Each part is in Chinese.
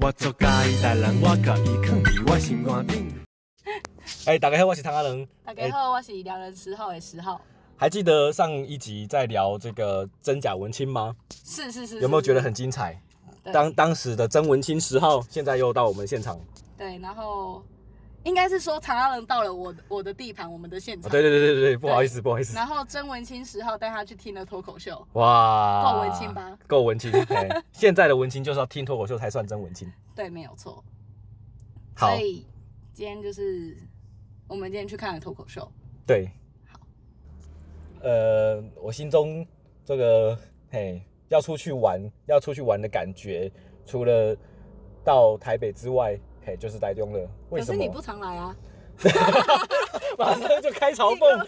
我做介大人，我甲伊藏伫我心肝顶。哎、大家好，我是唐阿仁。大家好，我是良人十号的十号。还记得上一集在聊这个真假文青吗？是是是，有没有是觉得很精彩？对当当时的真文青十号，现在又到我们现场。哦、对？然后应该是说长安人到了我我的地盘，我们的现哦场。对对对对对，不好意思，不好意思。然后曾文清十号带他去听了脱口秀，哇，够文青吧？够文青。嘿现在的文青就是要听脱口秀才算真文青。对，没有错。好所，以今天就是我们今天去看了脱口秀，对。呃，我心中这个嘿，要出去玩，要出去玩的感觉，除了到台北之外，嘿，就是台中了。为可什是么？你不常来啊。马上就开嘲讽。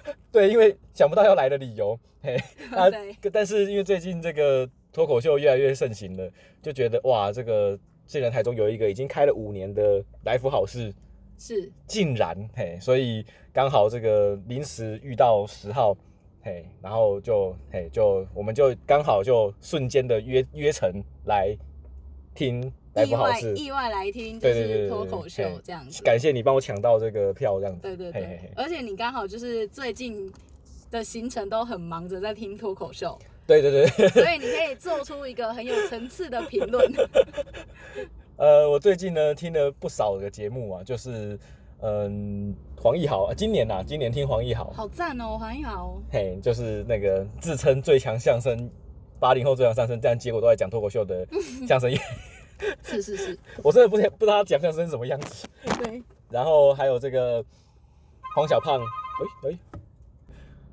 对，因为想不到要来的理由， 嘿，啊对，但是因为最近这个脱口秀越来越盛行了，就觉得哇，这个竟然台中有一个已经开了五年的来福好事，是竟然嘿，所以刚好这个临时遇到十号，嘿，然后就嘿就我们就刚好就瞬间的约约成来听来意福好外事，意外来听就对对对对是对脱口秀嘿这样子。感谢你帮我抢到这个票，这样子，对对嘿嘿嘿对，而且你刚好就是最近的行程都很忙着在听脱口秀，对对对， 所以你可以做出一个很有层次的评论。呃，我最近呢听了不少的节目啊，就是嗯黄奕豪，今年啊，今年听黄奕豪，好赞哦，黄奕豪。嘿，就是那个自称最强相声，八零后最强相声，但结果都在讲脱口秀的相 声演 员，是是是，我真的不太不知道他讲相声是什么样子。对，然后还有这个黄小胖，哎哎，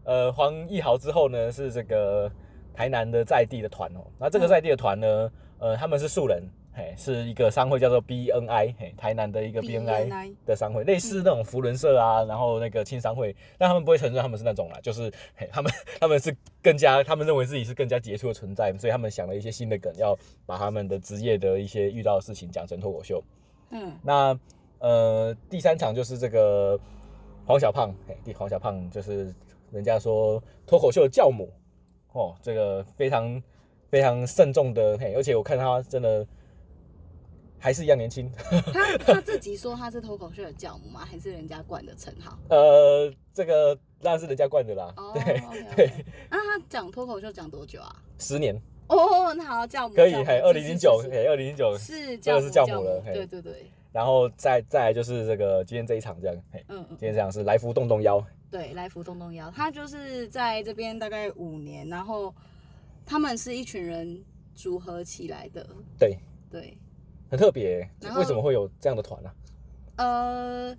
呃，黄奕豪之后呢是这个台南的在地的团哦，那这个在地的团呢，呃，他们是素人，嘿，是一个商会叫做 BNI，嘿，台南的一个 BNI BNI 的商会，类似那种福伦社啊，然后那个青商会，但他们不会承认他们是那种啦，就是嘿，他们 他们是更加，他们认为自己是更加杰出的存在，所以他们想了一些新的梗，要把他们的职业的一些遇到的事情讲成脱口秀。 嗯，那呃，第三场就是这个黄小胖，哎，第黄小胖就是人家说脱口秀的教母哦，这个非常非常慎重的，嘿，而且我看他真的还是一样年轻，他他自己说他是脱口秀的教母吗？还是人家冠的称号？呃，这个当然是人家惯的啦，哦对，OK，OK 对，那他讲脱口秀讲多久啊？十年哦，那好，教母可以，教母嘿，二零零九，是嘿，二零零九是，是是真教的母是教母了嘿对对对，然后再再来就是这个今天这一场这样，嘿，嗯嗯今，天这样是来福动动腰，对，来福东东幺，他就是在这边大概五年，然后他们是一群人组合起来的，对，对，很特别，然后为什么会有这样的团啊？呃，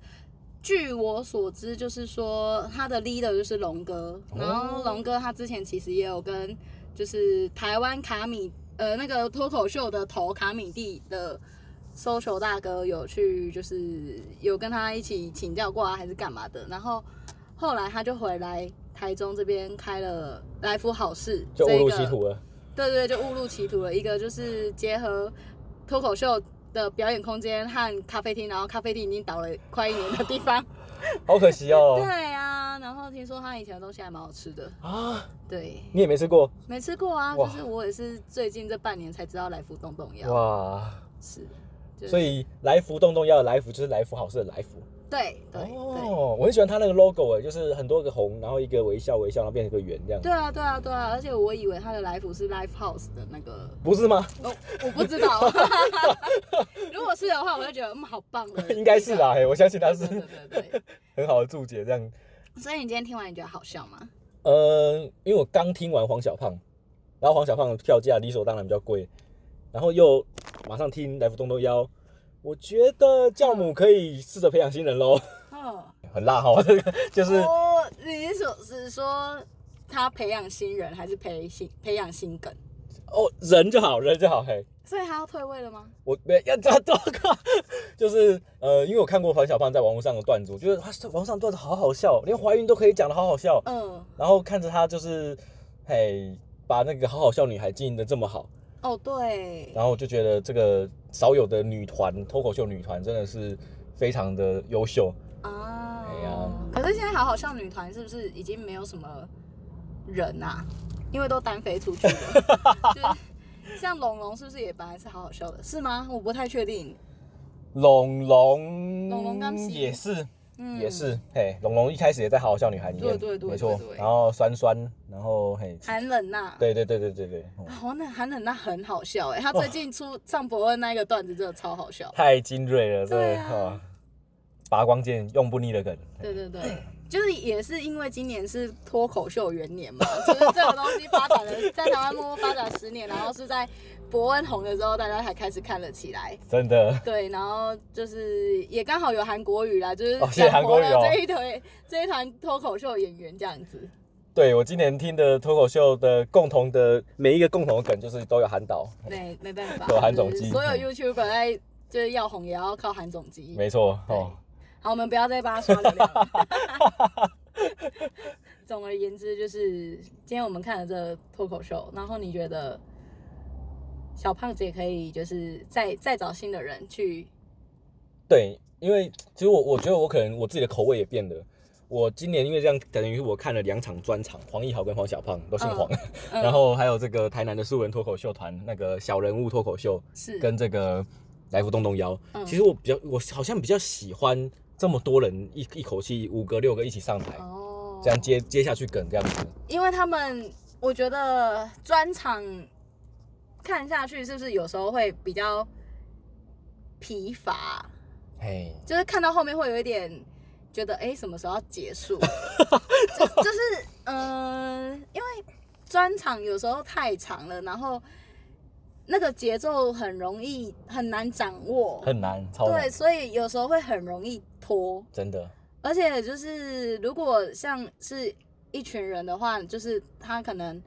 据我所知，就是说他的 leader 就是龙哥，哦然后龙哥他之前其实也有跟就是台湾卡米呃那个脱口秀的头卡米蒂的 social 大哥有去就是有跟他一起请教过啊，还是干嘛的，然后后来他就回来台中这边开了来福好事，就误入这个歧途了。对对，就误入歧途了。一个就是结合脱口秀的表演空间和咖啡厅，然后咖啡厅已经倒了快一年的地方。 好可惜哦。 对啊，然后听说他以前的东西还蛮好吃的，啊，对，你也没吃过没吃过啊。哇就是我也是最近这半年才知道来福洞洞药哇？是，对所以来福洞洞要的来福就是来福好事的来福。对对对。哦，我很喜欢它那个 logo 哎，就是很多个红，然后一个微笑微笑，然后变成一个圆这样。对啊，对啊，对啊！而且我以为他的来福是 Live House 的那个，不是吗？ 哦，我不知道。 如果是的话，我就觉得嗯，好棒了。应该是啦，嘿，我相信它对，是对对对对。很好的注解这样。所以你今天听完，你觉得好笑吗？嗯，因为我刚听完黄小胖，然后黄小胖的票价理所当然比较贵，然后又马上听来福洞洞幺，我觉得教母可以试着培养新人喽，嗯。很辣哈，这个就是哦，你是说是说他培养新人，还是培新培养新梗？哦人就好，人就好嘿。所以他要退位了吗？我没要这多看，就是呃，因为我看过黄小胖在网络上的段子，我觉得他网络上段子好好笑，连怀孕都可以讲的好好笑。嗯，然后看着他就是，嘿，把那个好好笑女孩经营的这么好，哦对，然后我就觉得这个少有的女团脱口秀女团真的是非常的优秀。啊哎呀，可是现在好好笑女团是不是已 经没有什么人啊？因为都单飞出去了，就是像龙龙是不是也本来是好好笑的，是吗？我不太确定。龙龙龙龙刚洗也是嗯，也。是，嘿，龙龙一开始也在《好好笑女孩》里面，对对对没错对对。然后酸酸，然后嘿，寒冷呐、对对对对对对，嗯哦，那韩冷那很好笑哎、他最近出上伯恩那个段子真的超好笑。太精锐了，对这啊哦拔光剑用不腻的梗，对 对对，就是也是因为今年是脱口秀元年嘛， 就是这个东西发展了，在台湾默默发展十年，然后是在伯恩红的时候，大家才开始看了起来。真的。对，然后就是也刚好有韩国语啦，就是哦谢谢养韩活国语了哦这一堆这一团脱口秀演员这样子。对我今年听的脱口秀的共同的每一个共同的梗，就是都有韩导，没没办法， 有韩总就是机所有 YouTuber 在就是要红也要靠韩总机。没错哦。好，我们不要再帮他刷流量了。 总而言之，就是今天我们看了这个脱口秀，然后你觉得小胖姐可以就是再再找新的人去，对，因为其实我我觉得我可能我自己的口味也变了。我今年因为这样，等于是我看了两场专场，黄义豪跟黄小胖都姓黄， 嗯然后还有这个台南的素人脱口秀团，那个小人物脱口秀是跟这个来福动动腰。嗯其实我比较，我好像比较喜欢这么多人一一口气五个六个一起上台，哦这样接接下去梗这样子。因为他们我觉得专场看下去是不是有时候会比较疲乏，嘿，就是看到后面会有一点觉得，哎、什么时候要结束？就就是，嗯、因为专场有时候太长了，然后那个节奏很容易很难掌握，很难，超难对，，所以有时候会很容易拖。真的。而且就是如果像是一群人的话，就是他可能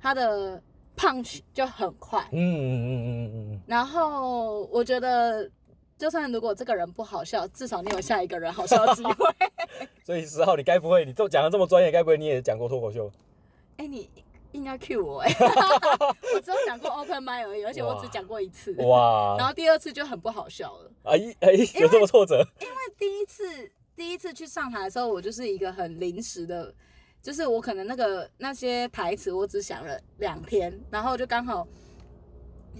他的 punch 就很快，嗯嗯嗯嗯嗯嗯，然后我觉得，就算如果这个人不好笑，至少你有下一个人好笑的机会。所以十号，你该不会你都讲的这么专业，该不会你也讲过脱口秀？ 哎、你硬要 cue 我哎、 我只有讲过 open mic 而已，而且我只讲过一次， 哇，然后第二次就很不好笑了。哎哎，有这么挫折？那第一次第一次去上台的时候，我就是一个很临时的，就是我可能那个那些台词我只想了两天，然后就刚好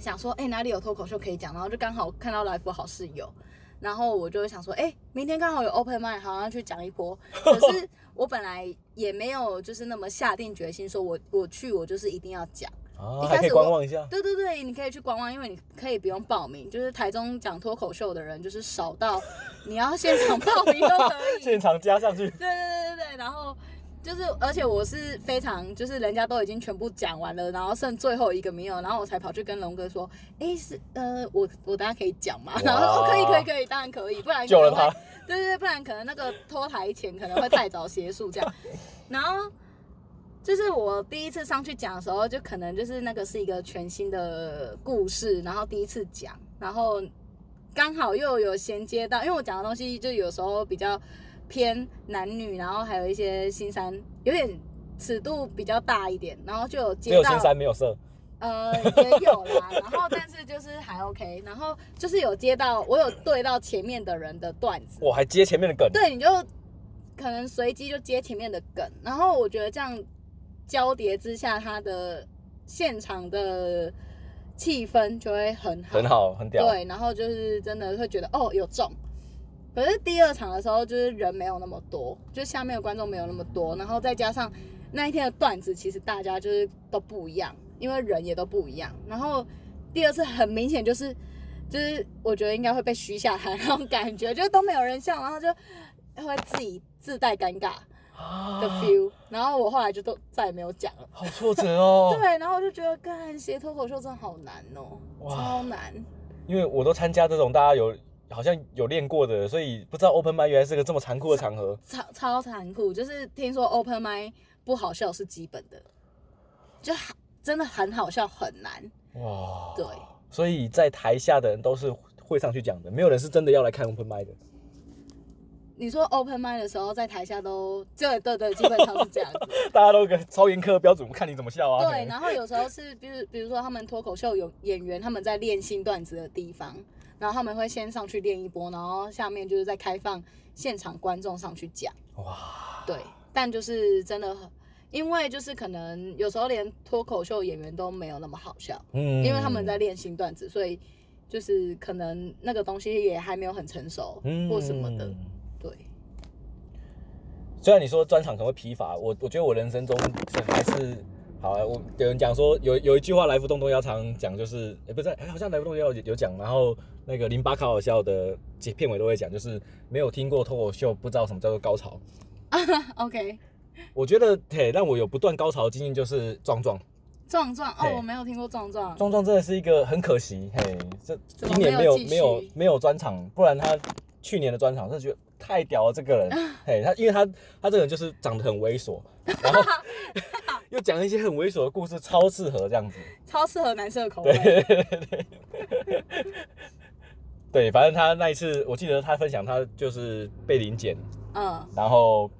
想说，哎、哪里有脱口秀可以讲，然后就刚好看到来福好室友，然后我就想说，哎、明天刚好有 open mic，好像去讲一波。可是我本来也没有就是那么下定决心，说我我去我就是一定要讲。啊一还开始可以观望一下。对对对，你可以去观望，因为你可以不用报名，就是台中讲脱口秀的人就是少到你要现场报名都可以。 对现场加上去，对对对对，然后就是，而且我是非常，就是人家都已经全部讲完了，然后剩最后一个没有，然后我才跑去跟龙哥说，哎是呃，我我等下可以讲嘛， 然后说哦可以可以可以，当然可以，不然救可了能会他。对对对，不然可能那个拖台前可能会太早结束 这样。然后就是我第一次上去讲的时候，就可能就是那个是一个全新的故事，然后第一次讲，然后刚好又有衔接到，因为我讲的东西就有时候比较偏男女，然后还有一些新三，有点尺度比较大一点，然后就有只接有到新三没有色，呃，也有啦，然后但是就是还 OK，然后就是有接到我有对到前面的人的段子，我还接前面的梗。对，你就可能随机就接前面的梗，然后我觉得这样交叠之下，它的现场的气氛就会很好，很好，很屌。对，然后就是真的会觉得哦有中。可是第二场的时候，就是人没有那么多，就下面的观众没有那么多，然后再加上那一天的段子，其实大家就是都不一样，因为人也都不一样。然后第二次很明显就是，就是我觉得应该会被虚下台那种感觉，就都没有人笑，然后就会自己自带尴尬啊的 feel。然后我后来就都再也没有讲了。好挫折哦。 对，然后我就觉得干写脱口秀真的好难哦，哇超难。因为我都参加这种大家有好像有练过的，所以不知道 open mic 原来是个这么残酷的场合。超超残酷，就是听说 open mic 不好笑是基本的，就很真的很好笑很难。哇，对，所以在台下的人都是会上去讲的，没有人是真的要来看 open mic 的。 你说 open mic 的时候，在台下都对对对，基本上是这样子。大家都有个超严苛的标准，看你怎么笑啊。对，然后有时候是，比如比如说他们脱口秀有演员，他们在练新段子的地方，然后他们会先上去练一波，然后下面就是在开放现场观众上去讲。哇，对，但就是真的很因为就是可能有时候连脱口秀演员都没有那么好笑，嗯因为他们在练新段子，所以就是可能那个东西也还没有很成熟或什么的，嗯对。虽然你说专场可能会疲乏，我我觉得我人生中还是好啊。我有人讲说有有一句话来福东东要常讲，就是也、不是、哎好像来福东东要有有讲，然后那个零八考好笑的结片尾都会讲，就是没有听过脱口秀，不知道什么叫做高潮。 OK，我觉得嘿，让我有不断高潮的经验就是壮壮，壮壮哦对，我没有听过壮壮，壮壮真的是一个很可惜，嘿，这今怎么年没没有有没有继续没有专场，不然他去年的专场，是觉得太屌了这 个人，嘿，他因为他他这个人就是长得很猥琐，然后 又讲一些很猥琐的故事，超适合这样子，超适合男生的口味。 对，反正他那一次我记得他分享他就是被临检，嗯，然后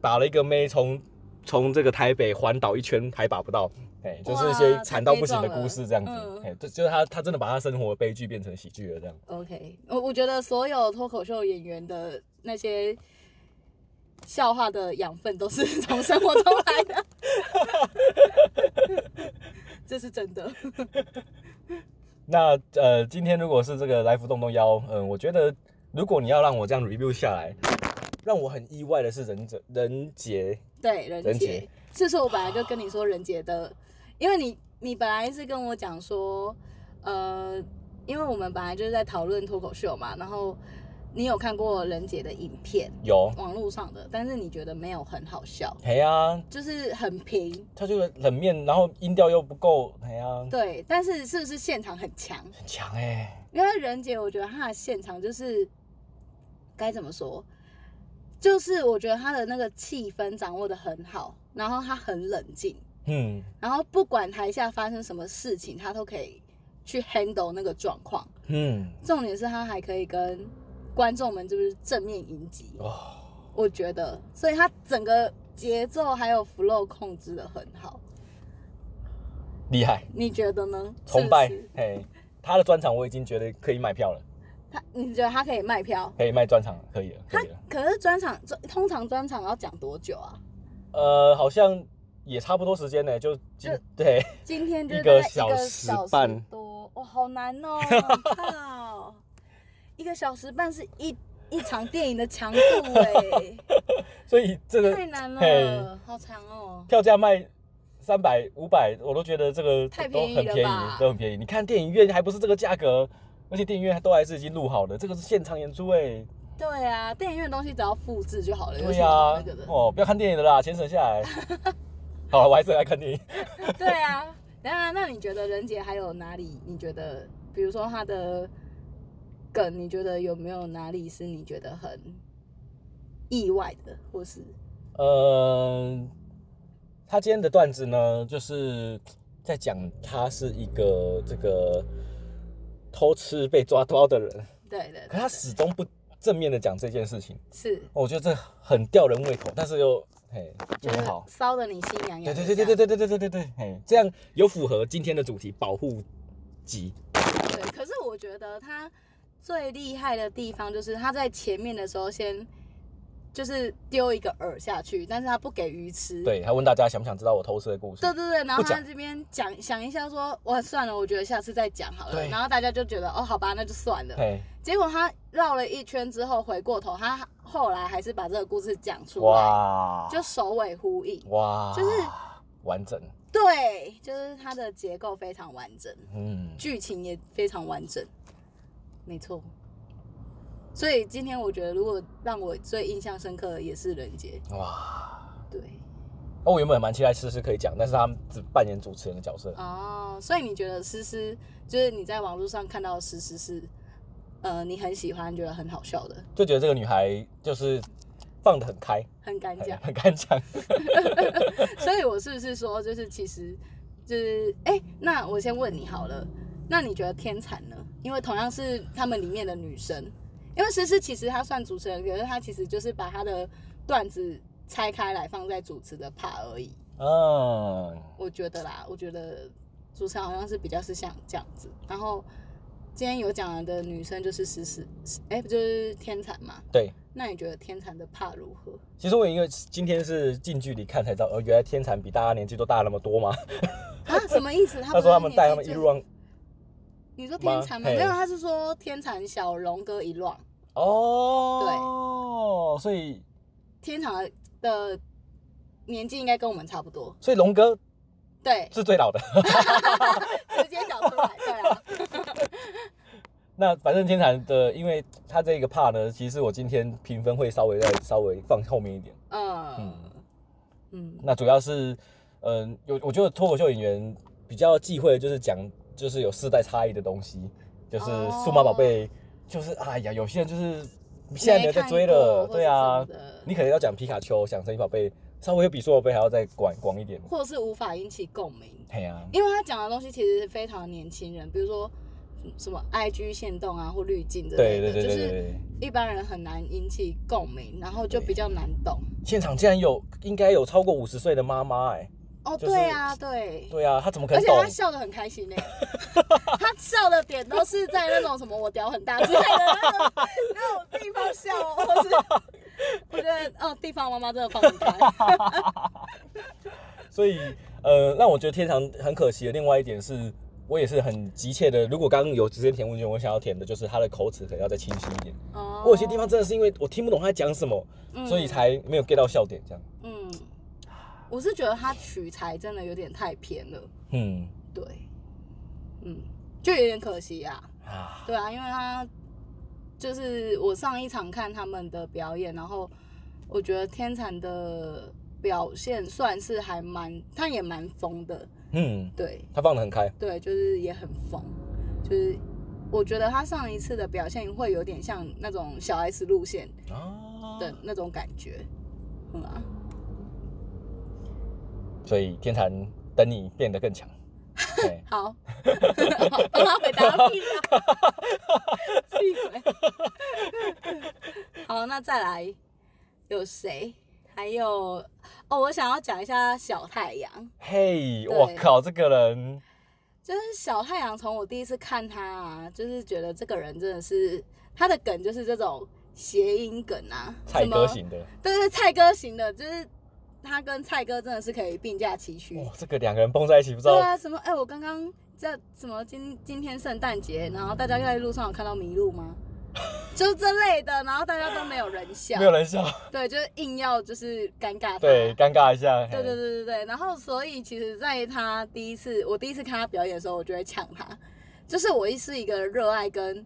把了一个妹从从这个台北环岛一圈还把不到。哎，就是一些哇惨太到悲不行的壮了故事，这样子嗯。哎、这就是他，他真的把他生活的悲剧变成喜剧了，这样。 OK，我我觉得所有脱口秀演员的那些笑话的养分都是从生活中 来的，这是真的。那呃，今天如果是这个来福洞洞幺，嗯，我觉得如果你要让我这样 review 下来，让我很意外的是仁者仁杰，对，人人杰杰，这是我本来就跟你说人杰的，因为你你本来是跟我讲说，呃，因为我们本来就是在讨论脱口秀嘛，然后你有看过人杰的影片，有，网络上的，但是你觉得没有很好笑，嘿啊，就是很平，他就是冷面，然后音调又不够，嘿啊，对，但是是不是现场很强？很强哎、因为任杰，我觉得他的现场就是该怎么说，就是我觉得他的那个气氛掌握的很好，然后他很冷静，嗯，然后不管台下发生什么事情，他都可以去 handle 那个状况。嗯重点是他还可以跟观众们就是正面迎击，哦，我觉得，所以他整个节奏还有 flow 控制的很好。厉害，你觉得呢？崇拜是不是，嘿，他的专场我已经觉得可以卖票了，他，你觉得他可以卖票？可以卖专场了，可以了，他可以了，可是专场，专通常专场要讲多久啊？呃，好像也差不多时间呢、就今就对， 今天就是一个大概小一个时小时半多，哇，好难哦！ 靠，一个小时半是一一场电影的强度哎、所以这个太难嘿了，好长哦。票价卖三百、五百，我都觉得这个太都便宜很了便宜吧，都很便宜。你看电影院还不是这个价格，而且电影院都还是已经录好的，这个是现场演出哎、对啊，电影院的东西只要复制就好了，有对什呀、么好那个的。哦，不要看电影的啦，钱省下来。 好了，我还是很爱看电影。对啊，那那你觉得任杰还有哪里？你觉得，比如说他的梗，你觉得有没有哪里是你觉得很意外的，或是嗯，他今天的段子呢，就是在讲他是一个这个偷吃被抓包的人，对对对可他始终不正面的讲这件事情。是我觉得这很吊人胃口，但是又嘿又就很是好。烧的你心痒对痒的对这对对样。对对对对对对，嘿，这样有符合今天的主题保护级。对，可是我觉得他最厉害的地方就是他在前面的时候先就是丢一个饵下去，但是他不给鱼吃。对，还问大家想不想知道我偷吃的故事？对对对然不后他讲这边讲想一下说，哇，算了，我觉得下次再讲好了对。然后大家就觉得，哦，好吧，那就算了。嘿，结果他绕了一圈之后回过头，他后来还是把这个故事讲出来，哇，就首尾呼应。哇，就是完整，对，就是它的结构非常完整。嗯，剧情也非常完整，没错。所以今天我觉得，如果让我最印象深刻的也是人杰，哇。对哦，我原本蛮期待诗诗可以讲，但是他只扮演主持人的角色。哦，所以你觉得诗诗就是你在网络上看到的诗诗是，呃，你很喜欢，觉得很好笑的，就觉得这个女孩就是放得很开，很敢很讲。很敢讲。所以我是不是说，就是其实就是哎、那我先问你好了，那你觉得天蚕呢？因为同样是他们里面的女生，因为诗诗其实她算主持人，可是她其实就是把她的段子拆开来放在主持的 part 而已。嗯，我觉得啦，我觉得主持人好像是比较是像这样子，然后今天有讲的女生就是石狮，哎、不就是天蚕嘛？对，那你觉得天蚕的怕 如何？其实我因为今天是近距离看才知道，哦，原来天蚕比大家年纪都大那么多嘛。啊，什么意思？他他说他们带他不们是一年纪最路让，你说天蚕吗？嘿没有，他是说天蚕小龙哥一乱，哦，对，所以天蚕的年纪应该跟我们差不多。所以龙哥对，是最老的。 直接讲出来，对啊，那反正天蚕的，因为它这个怕呢，其实我今天评分会稍微再稍微放后面一点。嗯嗯那主要是，嗯、有我觉得脱口秀演员比较忌讳的就是讲就是有世代差异的东西，就是哦数码宝贝，就是哎呀，有些人就是现在没有在追没看过了，或对啊是什么的，你可能要讲皮卡丘，讲神奇宝贝，稍微比数码宝贝还要再广广一点。或者是无法引起共鸣，嘿啊，因为他讲的东西其实是非常年轻人，比如说什么 IG 限动啊或滤镜之对对类的，对对对就是对。一般人很难引起共鸣，然后就比较难懂。现场竟然有应该有超过五十岁的妈妈哎，哦，就是对啊，对。对啊，她怎么可而能且懂他？笑得很开 心呢、他笑的点都是在那种什么我屌很大之类的那种那种地方笑，或是我觉得哦，地方妈妈真的放不 开。所以呃，让我觉得天堂很可惜的另外一点是，我也是很急切的。如果刚刚有直接填问卷，我想要填的就是他的口齿可能要再清晰一点。哦我有些地方真的是因为我听不懂他在讲什么，嗯所以才没有 get 到笑点这样。嗯，我是觉得他取材真的有点太偏了，嗯对，嗯，就有点可惜啊。啊，对啊，因为他就是我上一场看他们的表演，然后我觉得天蚕的表现算是还蛮，他也蛮疯的，嗯，对他放得很开。对，就是也很疯，就是我觉得他上一次的表现会有点像那种小 S 路线啊的那种感觉，嗯啊，所以天堂等你变得更 强。对，好， 帮他回答屁啊，屁鬼。 好，那再来有谁？还有哦，我想要讲一下小太阳，嘿，对我靠，这个人就是小太阳，从我第一次看他啊，就是觉得这个人真的是他的梗就是这种谐音梗啊，蔡什么哥，型的，对对，蔡哥型的，就是他跟蔡哥真的是可以并驾齐驱。哇，这个两个人蹦在一起，不知道对啊，什么？哎、我刚刚在什么今今天圣诞节，然后大家在路上有看到麋鹿 吗？就这类的，然后大家都没有人笑，没有人笑，对，就是硬要就是尴尬他。对，尴尬一下。对对对嘿，对对然后所以其实，在他第一次我第一次看他表演的时候，我就会抢他，就是我是一个热爱跟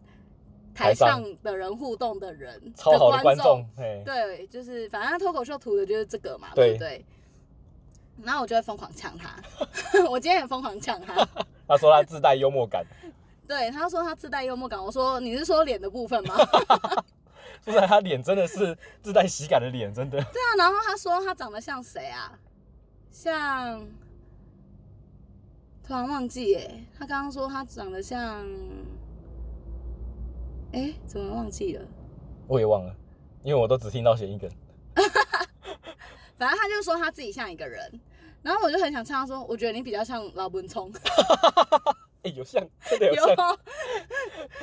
台台上上的人互动的人，超好的观观众，嘿，对，就是反正他脱口秀图的就是这个嘛，对对不对？然后我就会疯狂呛他， 我今天也疯狂呛他。他说他自带幽默感，对，他说他自带幽默感，我说你是说脸的部分吗？ 说实在，他脸真的是 自带喜感的脸，真的。对啊，然后他说他长得像谁啊？像，突然忘记耶。他刚刚说他长得像，哎，怎么忘记了？我也忘了，因为我都只听到谐音梗。反正他就说他自己像一个人，然后我就很想呛他说，我觉得你比较像老文聪。哎、有像，真的有有像。。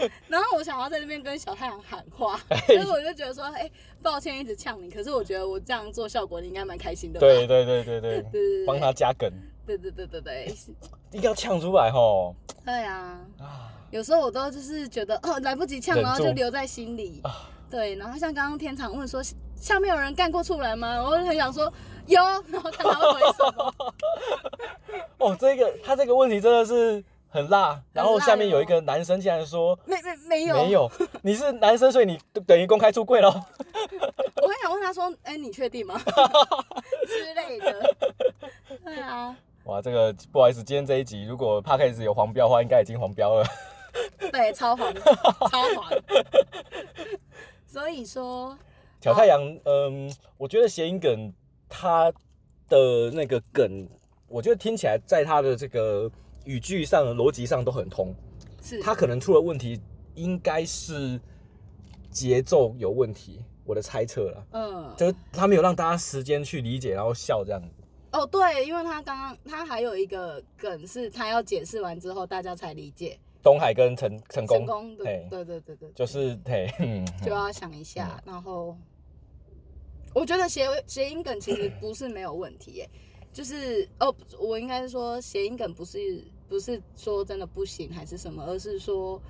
然后我想要在那边跟小太阳喊话，所以我就觉得说，哎、抱歉一直呛你，可是我觉得我这样做效果你应该蛮开心的吧？对对对对对，对帮他加梗，对对对 对对一定要呛出来吼。对啊！啊，有时候我都就是觉得哦来不及呛，忍然后住就留在心里啊。对，然后像刚刚天场问说下面有人干过处男吗？我就很想说有， 然后看他会回什 么。哦，这个他这个问题真的是很辣。然后下面有一个男生竟然说没没哦没有没，有，你是男生，所以你等于公开出柜喽。我很想问他说，哎、你确定吗？ 之类的。对啊，哇，这个不好意思，今天这一集如果 p a c a s 有黄标的话，应该已经黄标了。对，超黄，超黄。所以说，小太阳，嗯，我觉得谐音梗它的那个梗，我觉得听起来在它的这个语句上、逻辑上都很通。是它可能出了问题，应该是节奏有问题，我的猜测啦。嗯，就是他没有让大家时间去理解，然后笑这样。哦，对，因为他刚刚他还有一个梗是他要解释完之后大家才理解，东海跟成成功，成功的嘿，对对对对，就是嘿，嗯就要想一下，然后我觉得谐谐音梗其实不是没有问题耶，就是哦，我应该是说谐音梗不是不是说真的不行还是什么，而是说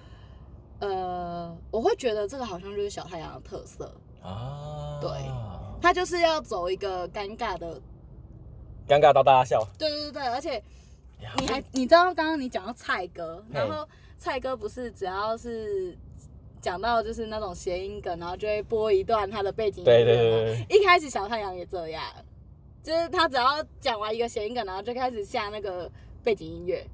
呃，我会觉得这个好像就是小太阳的特色，啊，对它就是要走一个尴尬的，尴尬到大家笑，对对对，而且你还你知道刚刚你讲到蔡哥，嘿然后蔡哥不是只要是讲到就是那种谐音梗，然后就会播一段他的背景音对乐嘛。对对对对，一开始小太阳也这样，就是他只要讲完一个谐音梗，然后就开始下那个背景音乐。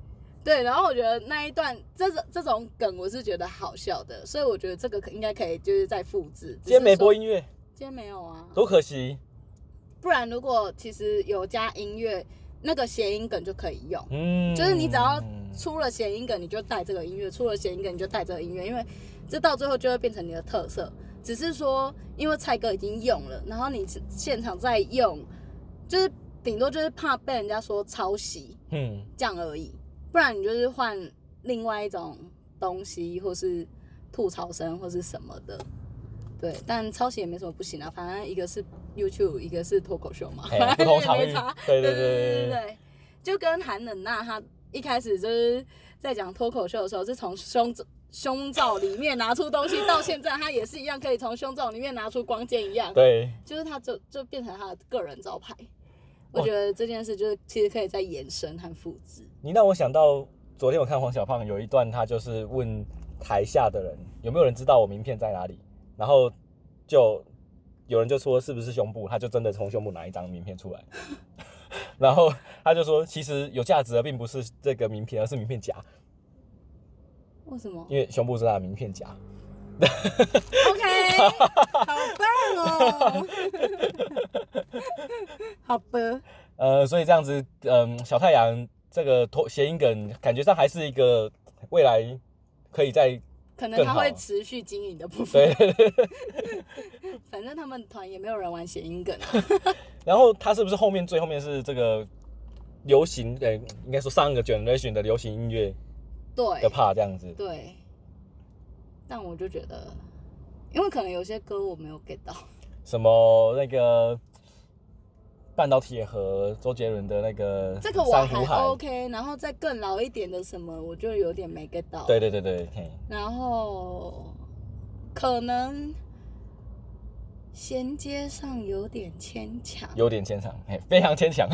对，然后我觉得那一段这种这种梗我是觉得好笑的，所以我觉得这个可应该可以就是再复制。今天没播只是音乐，说，今天没有啊。多可惜，不然如果其实有加音乐，那个谐音梗就可以用。嗯，就是你只要出了谐音梗，你就带这个音乐；出了谐音梗，你就带这个音乐，因为这到最后就会变成你的特色。只是说，因为蔡哥已经用了，然后你现场再用，就是顶多就是怕被人家说抄袭嗯，这样而已。不然你就是换另外一种东西，或是吐槽声，或是什么的。对，但抄袭也没什么不行啊，反正一个是 YouTube，一个是脱口秀嘛，嘿 反哎不同正也场没域差。，对对对对对对对对，就跟韩冷娜她一开始就是在讲脱口秀的时候，是从胸罩胸罩里面拿出东西，到现在她也是一样，可以从胸罩里面拿出光剑一样，对，就是她就就变成她的个人招牌。哇我觉得这件事就是其实可以再延伸和复制。你让我想到昨天我看黄小胖有一段，他就是问台下的人有没有人知道我名片在哪里，然后就有人就说是不是胸部，他就真的从胸部拿一张名片出来， 然后他就说其实有价值的并不是这个名片，而是名片夹，为什么因为胸部是他的名片夹。 ？OK，好棒哦，好吧，呃，所以这样子，嗯，小太阳这个脱谐音梗，感觉上还是一个未来可以在可能他更好会持续经营的部分。对，反正他们团也没有人玩谐音梗啊。然后它是不是后面最后面是这个流行？呃，应该说上一个 generation 的流行音乐对的 part 这样子。对，但我就觉得，因为可能有些歌我没有 get 到，什么那个半岛铁盒，周杰伦的那个这个我珊还瑚海。 OK，然后再更老一点的什么，我就有点没 get 到。对，对对对，嘿然后可能衔接上有点牵强，有点牵强，嘿，非常牵强。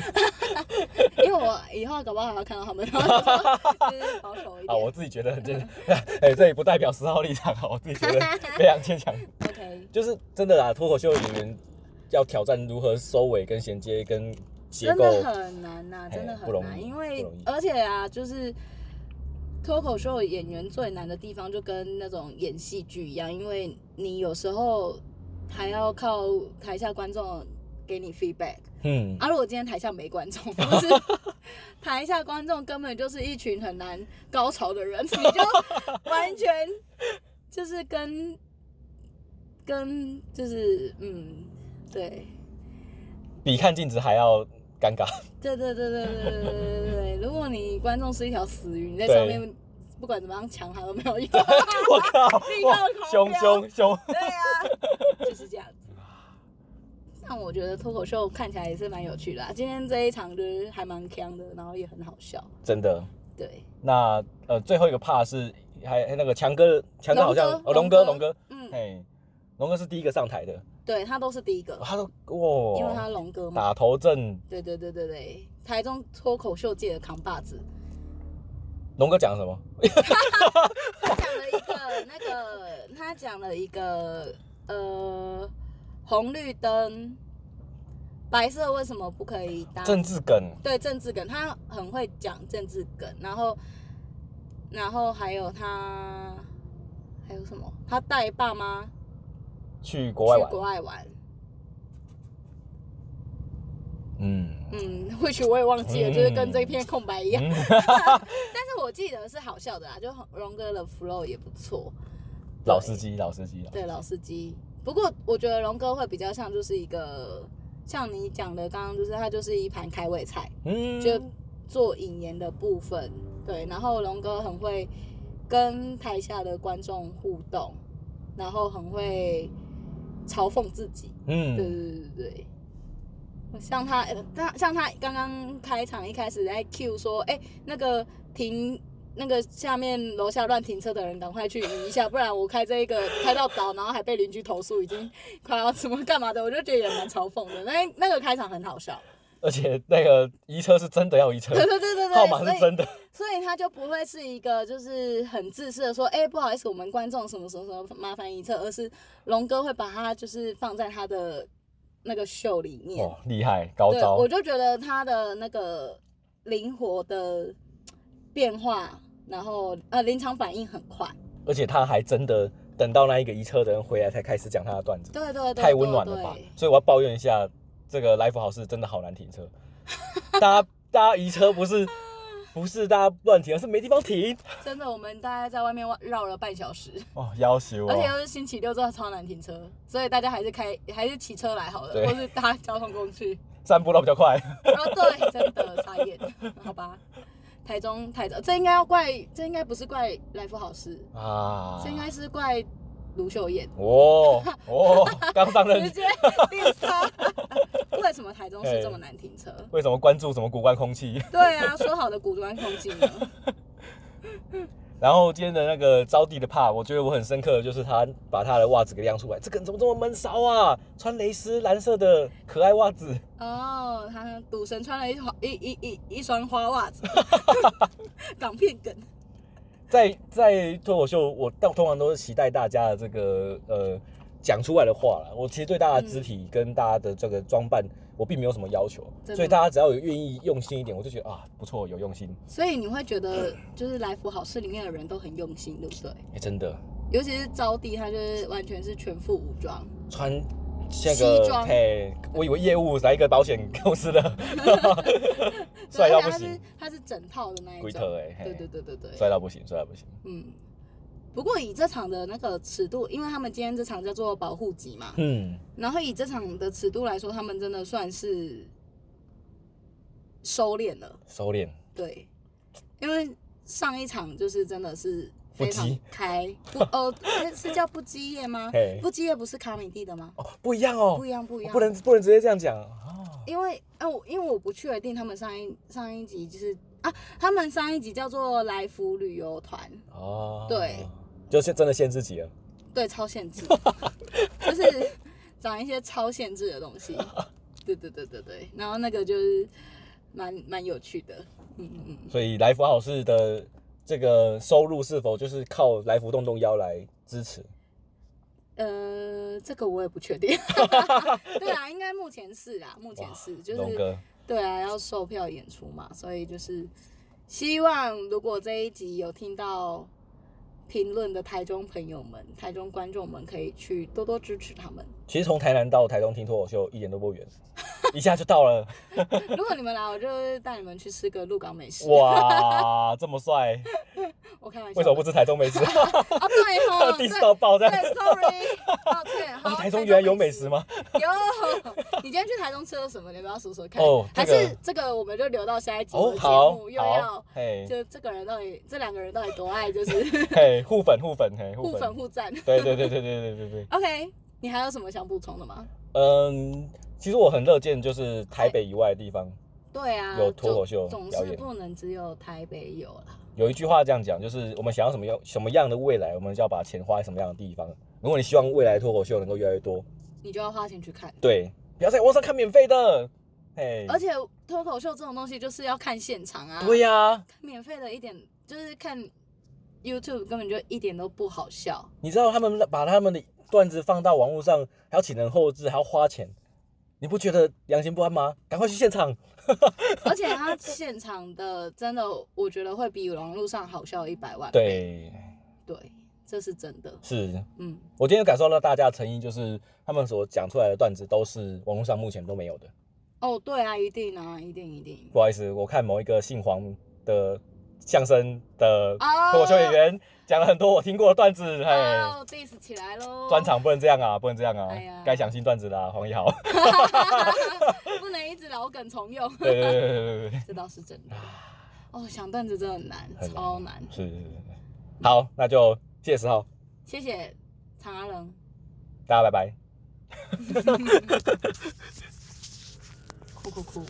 因为我以后搞不好还要看到他们，然后 就说就是保守一啊，我点。自己觉得很牵强。 哎，这里不代表十号立场啊，我自己觉得非常牵强。 OK，就是真的啦，脱口秀演员要挑战如何收尾、跟衔接、跟结真构。哎的很难呐、真的嘿不很容难，易因不为容易而且啊，就是脱口秀演员最难的地方，就跟那种演戏剧一样，因为你有时候还要靠台下观众给你 feedback。嗯，啊，如果今天台下没观众，或是台下观众根本就是一群很难高潮的人，你就完全就是跟跟就是嗯，对。比看镜子还要尴尬。对对对对对对对对！如果你观众是一条死鱼，你在上面不管怎么样抢他都没有用。我靠啊立！刻哇狂飙，凶凶凶！对啊，就是这样子。但我觉得脱口秀看起来也是蛮有趣的、啊，今天这一场就是还蛮强的，然后也很好笑。真的。对，那呃，最后一个 part 是还还那个强哥，强哥好像龙哥哦，龙哥，龙龙哥哥，嗯，哎，龙哥是第一个上台的，对他都是第一个哦，他都因为他哇，龙哥嘛。打头阵，对对对对对，台中脱口秀界的扛把子，龙哥讲什么？他讲了一个那个，他讲了一个呃，红绿灯，白色为什么不可以搭？政治梗，对政治梗，他很会讲政治梗，然后然后还有他还有什么？他带爸妈去国外去玩国，外玩，嗯，嗯，或许我也忘记了，就是跟这一片空白一样。 嗯但是我记得是好笑的啊，就荣哥的 flow 也不错。老司机，老司机，老对老司机。不过我觉得龙哥会比较像就是一个像你讲的，刚刚就是他就是一盘开胃菜，嗯，就做引言的部分。对，然后龙哥很会跟台下的观众互动，然后很会嘲讽自己。对嗯，对对对对，像他，呃他像他刚刚开场一开始在 Q 说，哎、那个停。那个下面楼下乱停车的人，赶快去移一下，不然我开这一个开到倒，然后还被邻居投诉，已经快要怎么干嘛的，我就觉得也蛮嘲讽的。那那个开场很好笑，而且那个移车是真的要移车对，对对对对，号码所以是真的，所以他就不会是一个就是很自私的说，哎、不好意思，我们观众什么什么什么麻烦一侧，而是龙哥会把它就是放在他的那个秀里面。哦，厉害，高对，招我，就觉得他的那个灵活的变化，然后呃临场反应很快。而且他还真的等到那一个移车的人回来才开始讲他的段子，对对对，太温暖了吧对？所以我要抱怨一下，这个来福好事真的好难停车， 大家大家移车不是不是大家乱停，而是没地方停，对真的，我们大概在外面绕了半小时，哦，要死我而且又是星期六，真的超难停车，所以大家还是开还是骑车来好了，对或是搭交通工具。散步都比较 快，啊，对，真的傻眼，好吧。台中台中，这应该要怪，这应该不是怪来福好事，啊这应该是怪卢秀燕。哦哦，刚上直任，接 diss 他。 为什么台中市这么难停车？为什么关注什么古怪空气？ 对啊，说好的古端空境呢？然后今天的那个招娣的怕，我觉得我很深刻的就是他把他的袜子给亮出来，这个人怎么这么闷骚啊？穿蕾丝蓝色的可爱袜子，哦，他赌神穿了一双一一一一双花 袜子，港片梗。在在脱口秀，我到通常都是期待大家的这个呃讲出来的话啦。我其实对大家嗯的肢体跟大家的这个装扮，我并没有什么要求，真的吗所以大家只要有愿意用心一点，我就觉得啊不错，有用心，所以你会觉得，就是来福好事里面的人都很用心，对不对？哎、真的尤其是招娣，他就是完全是全副武装。穿。像个西装嘿，我以为业务来一个保险公司 的，帅到不对而且行，他是他是整套的那一龟种。头哎，嘿对对对对对。帅到不行，帅到不行。嗯。不过以这场的那个尺度，因为他们今天这场叫做保护级嘛，嗯，然后以这场的尺度来说，他们真的算是收敛了，收敛，对，因为上一场就是真的是非不常羁开，不哦，诶是叫不羁夜吗嘿？不羁夜不是卡米蒂的吗？哦，不一样哦，不一样，不一样，不能不能直接这样讲哦。因为啊，我因为我不确定他们上一上一集就是啊，他们上一集叫做来福旅游团，哦，对，就是真的限制级了。对，超 限制，就是讲一些超限制的东 西。对对对对对，然后那个就是蛮蛮有趣的，嗯嗯嗯，所以来福好事的这个收入是否就是靠来福动动腰来支持？呃，这个我也不 确定。对啊，应该目前是啦，目前是就龙是哥，对啊，要售票演出嘛，所以就是希望如果这一集有听到评论的台中朋友们、台中观众们，可以去多多支持他们。其实从台南到台东听脱口秀一点都不远， 一下就到了。如果你们来，我就带你们去吃个鹿港美食。哇，这么帅， 我开玩笑的，为什么不吃台中美 食？，啊，对哈 diss 到爆这对样。对，sorry，抱歉。好啊，台中原来有美食？吗？有， 你今天去台中吃了什么？你要不要说说看？哦还这个是这个我们就留到下一集哦，我们节好目，又好要，嘿，就这个人到底这两个人到底多爱，就是嘿，互粉互粉，嘿，互粉。互赞。对对对对对对对对。 OK，你还有什么想补充的吗？嗯，其实我很乐见，就是台北以外的地方，对啊，有脱口秀就总表是演不能只有台北有啦。有一句话这样讲，就是我们想要什么样什么样的未来，我们就要把钱花在什么样的地方。如果你希望未来脱口秀能够越来越多，你就要花钱去看，对，不要在网上看免费的，嘿，而且脱口秀这种东西就是要看现场啊。嗯对呀、看免费的一点就是看 YouTube 根本就一点都不好笑。你知道他们把他们的段子放到网络上，还要请人后置，还要花钱，你不觉得良心不安吗？赶快去现场，而且他现场的真的，我觉得会比网络上好笑一百万。对，对，这是真的。是嗯，我今天有感受到大家的诚意，就是他们所讲出来的段子都是网络上目前都没有的。哦，对啊，一定啊，一定一定。不好意思，我看某一个姓黄的相声的哦脱口秀演员讲了很多我听过的段子，嘿，哦，diss 起来喽！专场不能这样啊，不能这样啊哎呀，该想新段子啦，黄一豪。不能一直老梗重用，对对对对对对，这倒是真的。哦，想段子真的很难，很难超难。是是是，好，那就谢谢十号，谢谢长安人。大家拜拜。酷酷酷。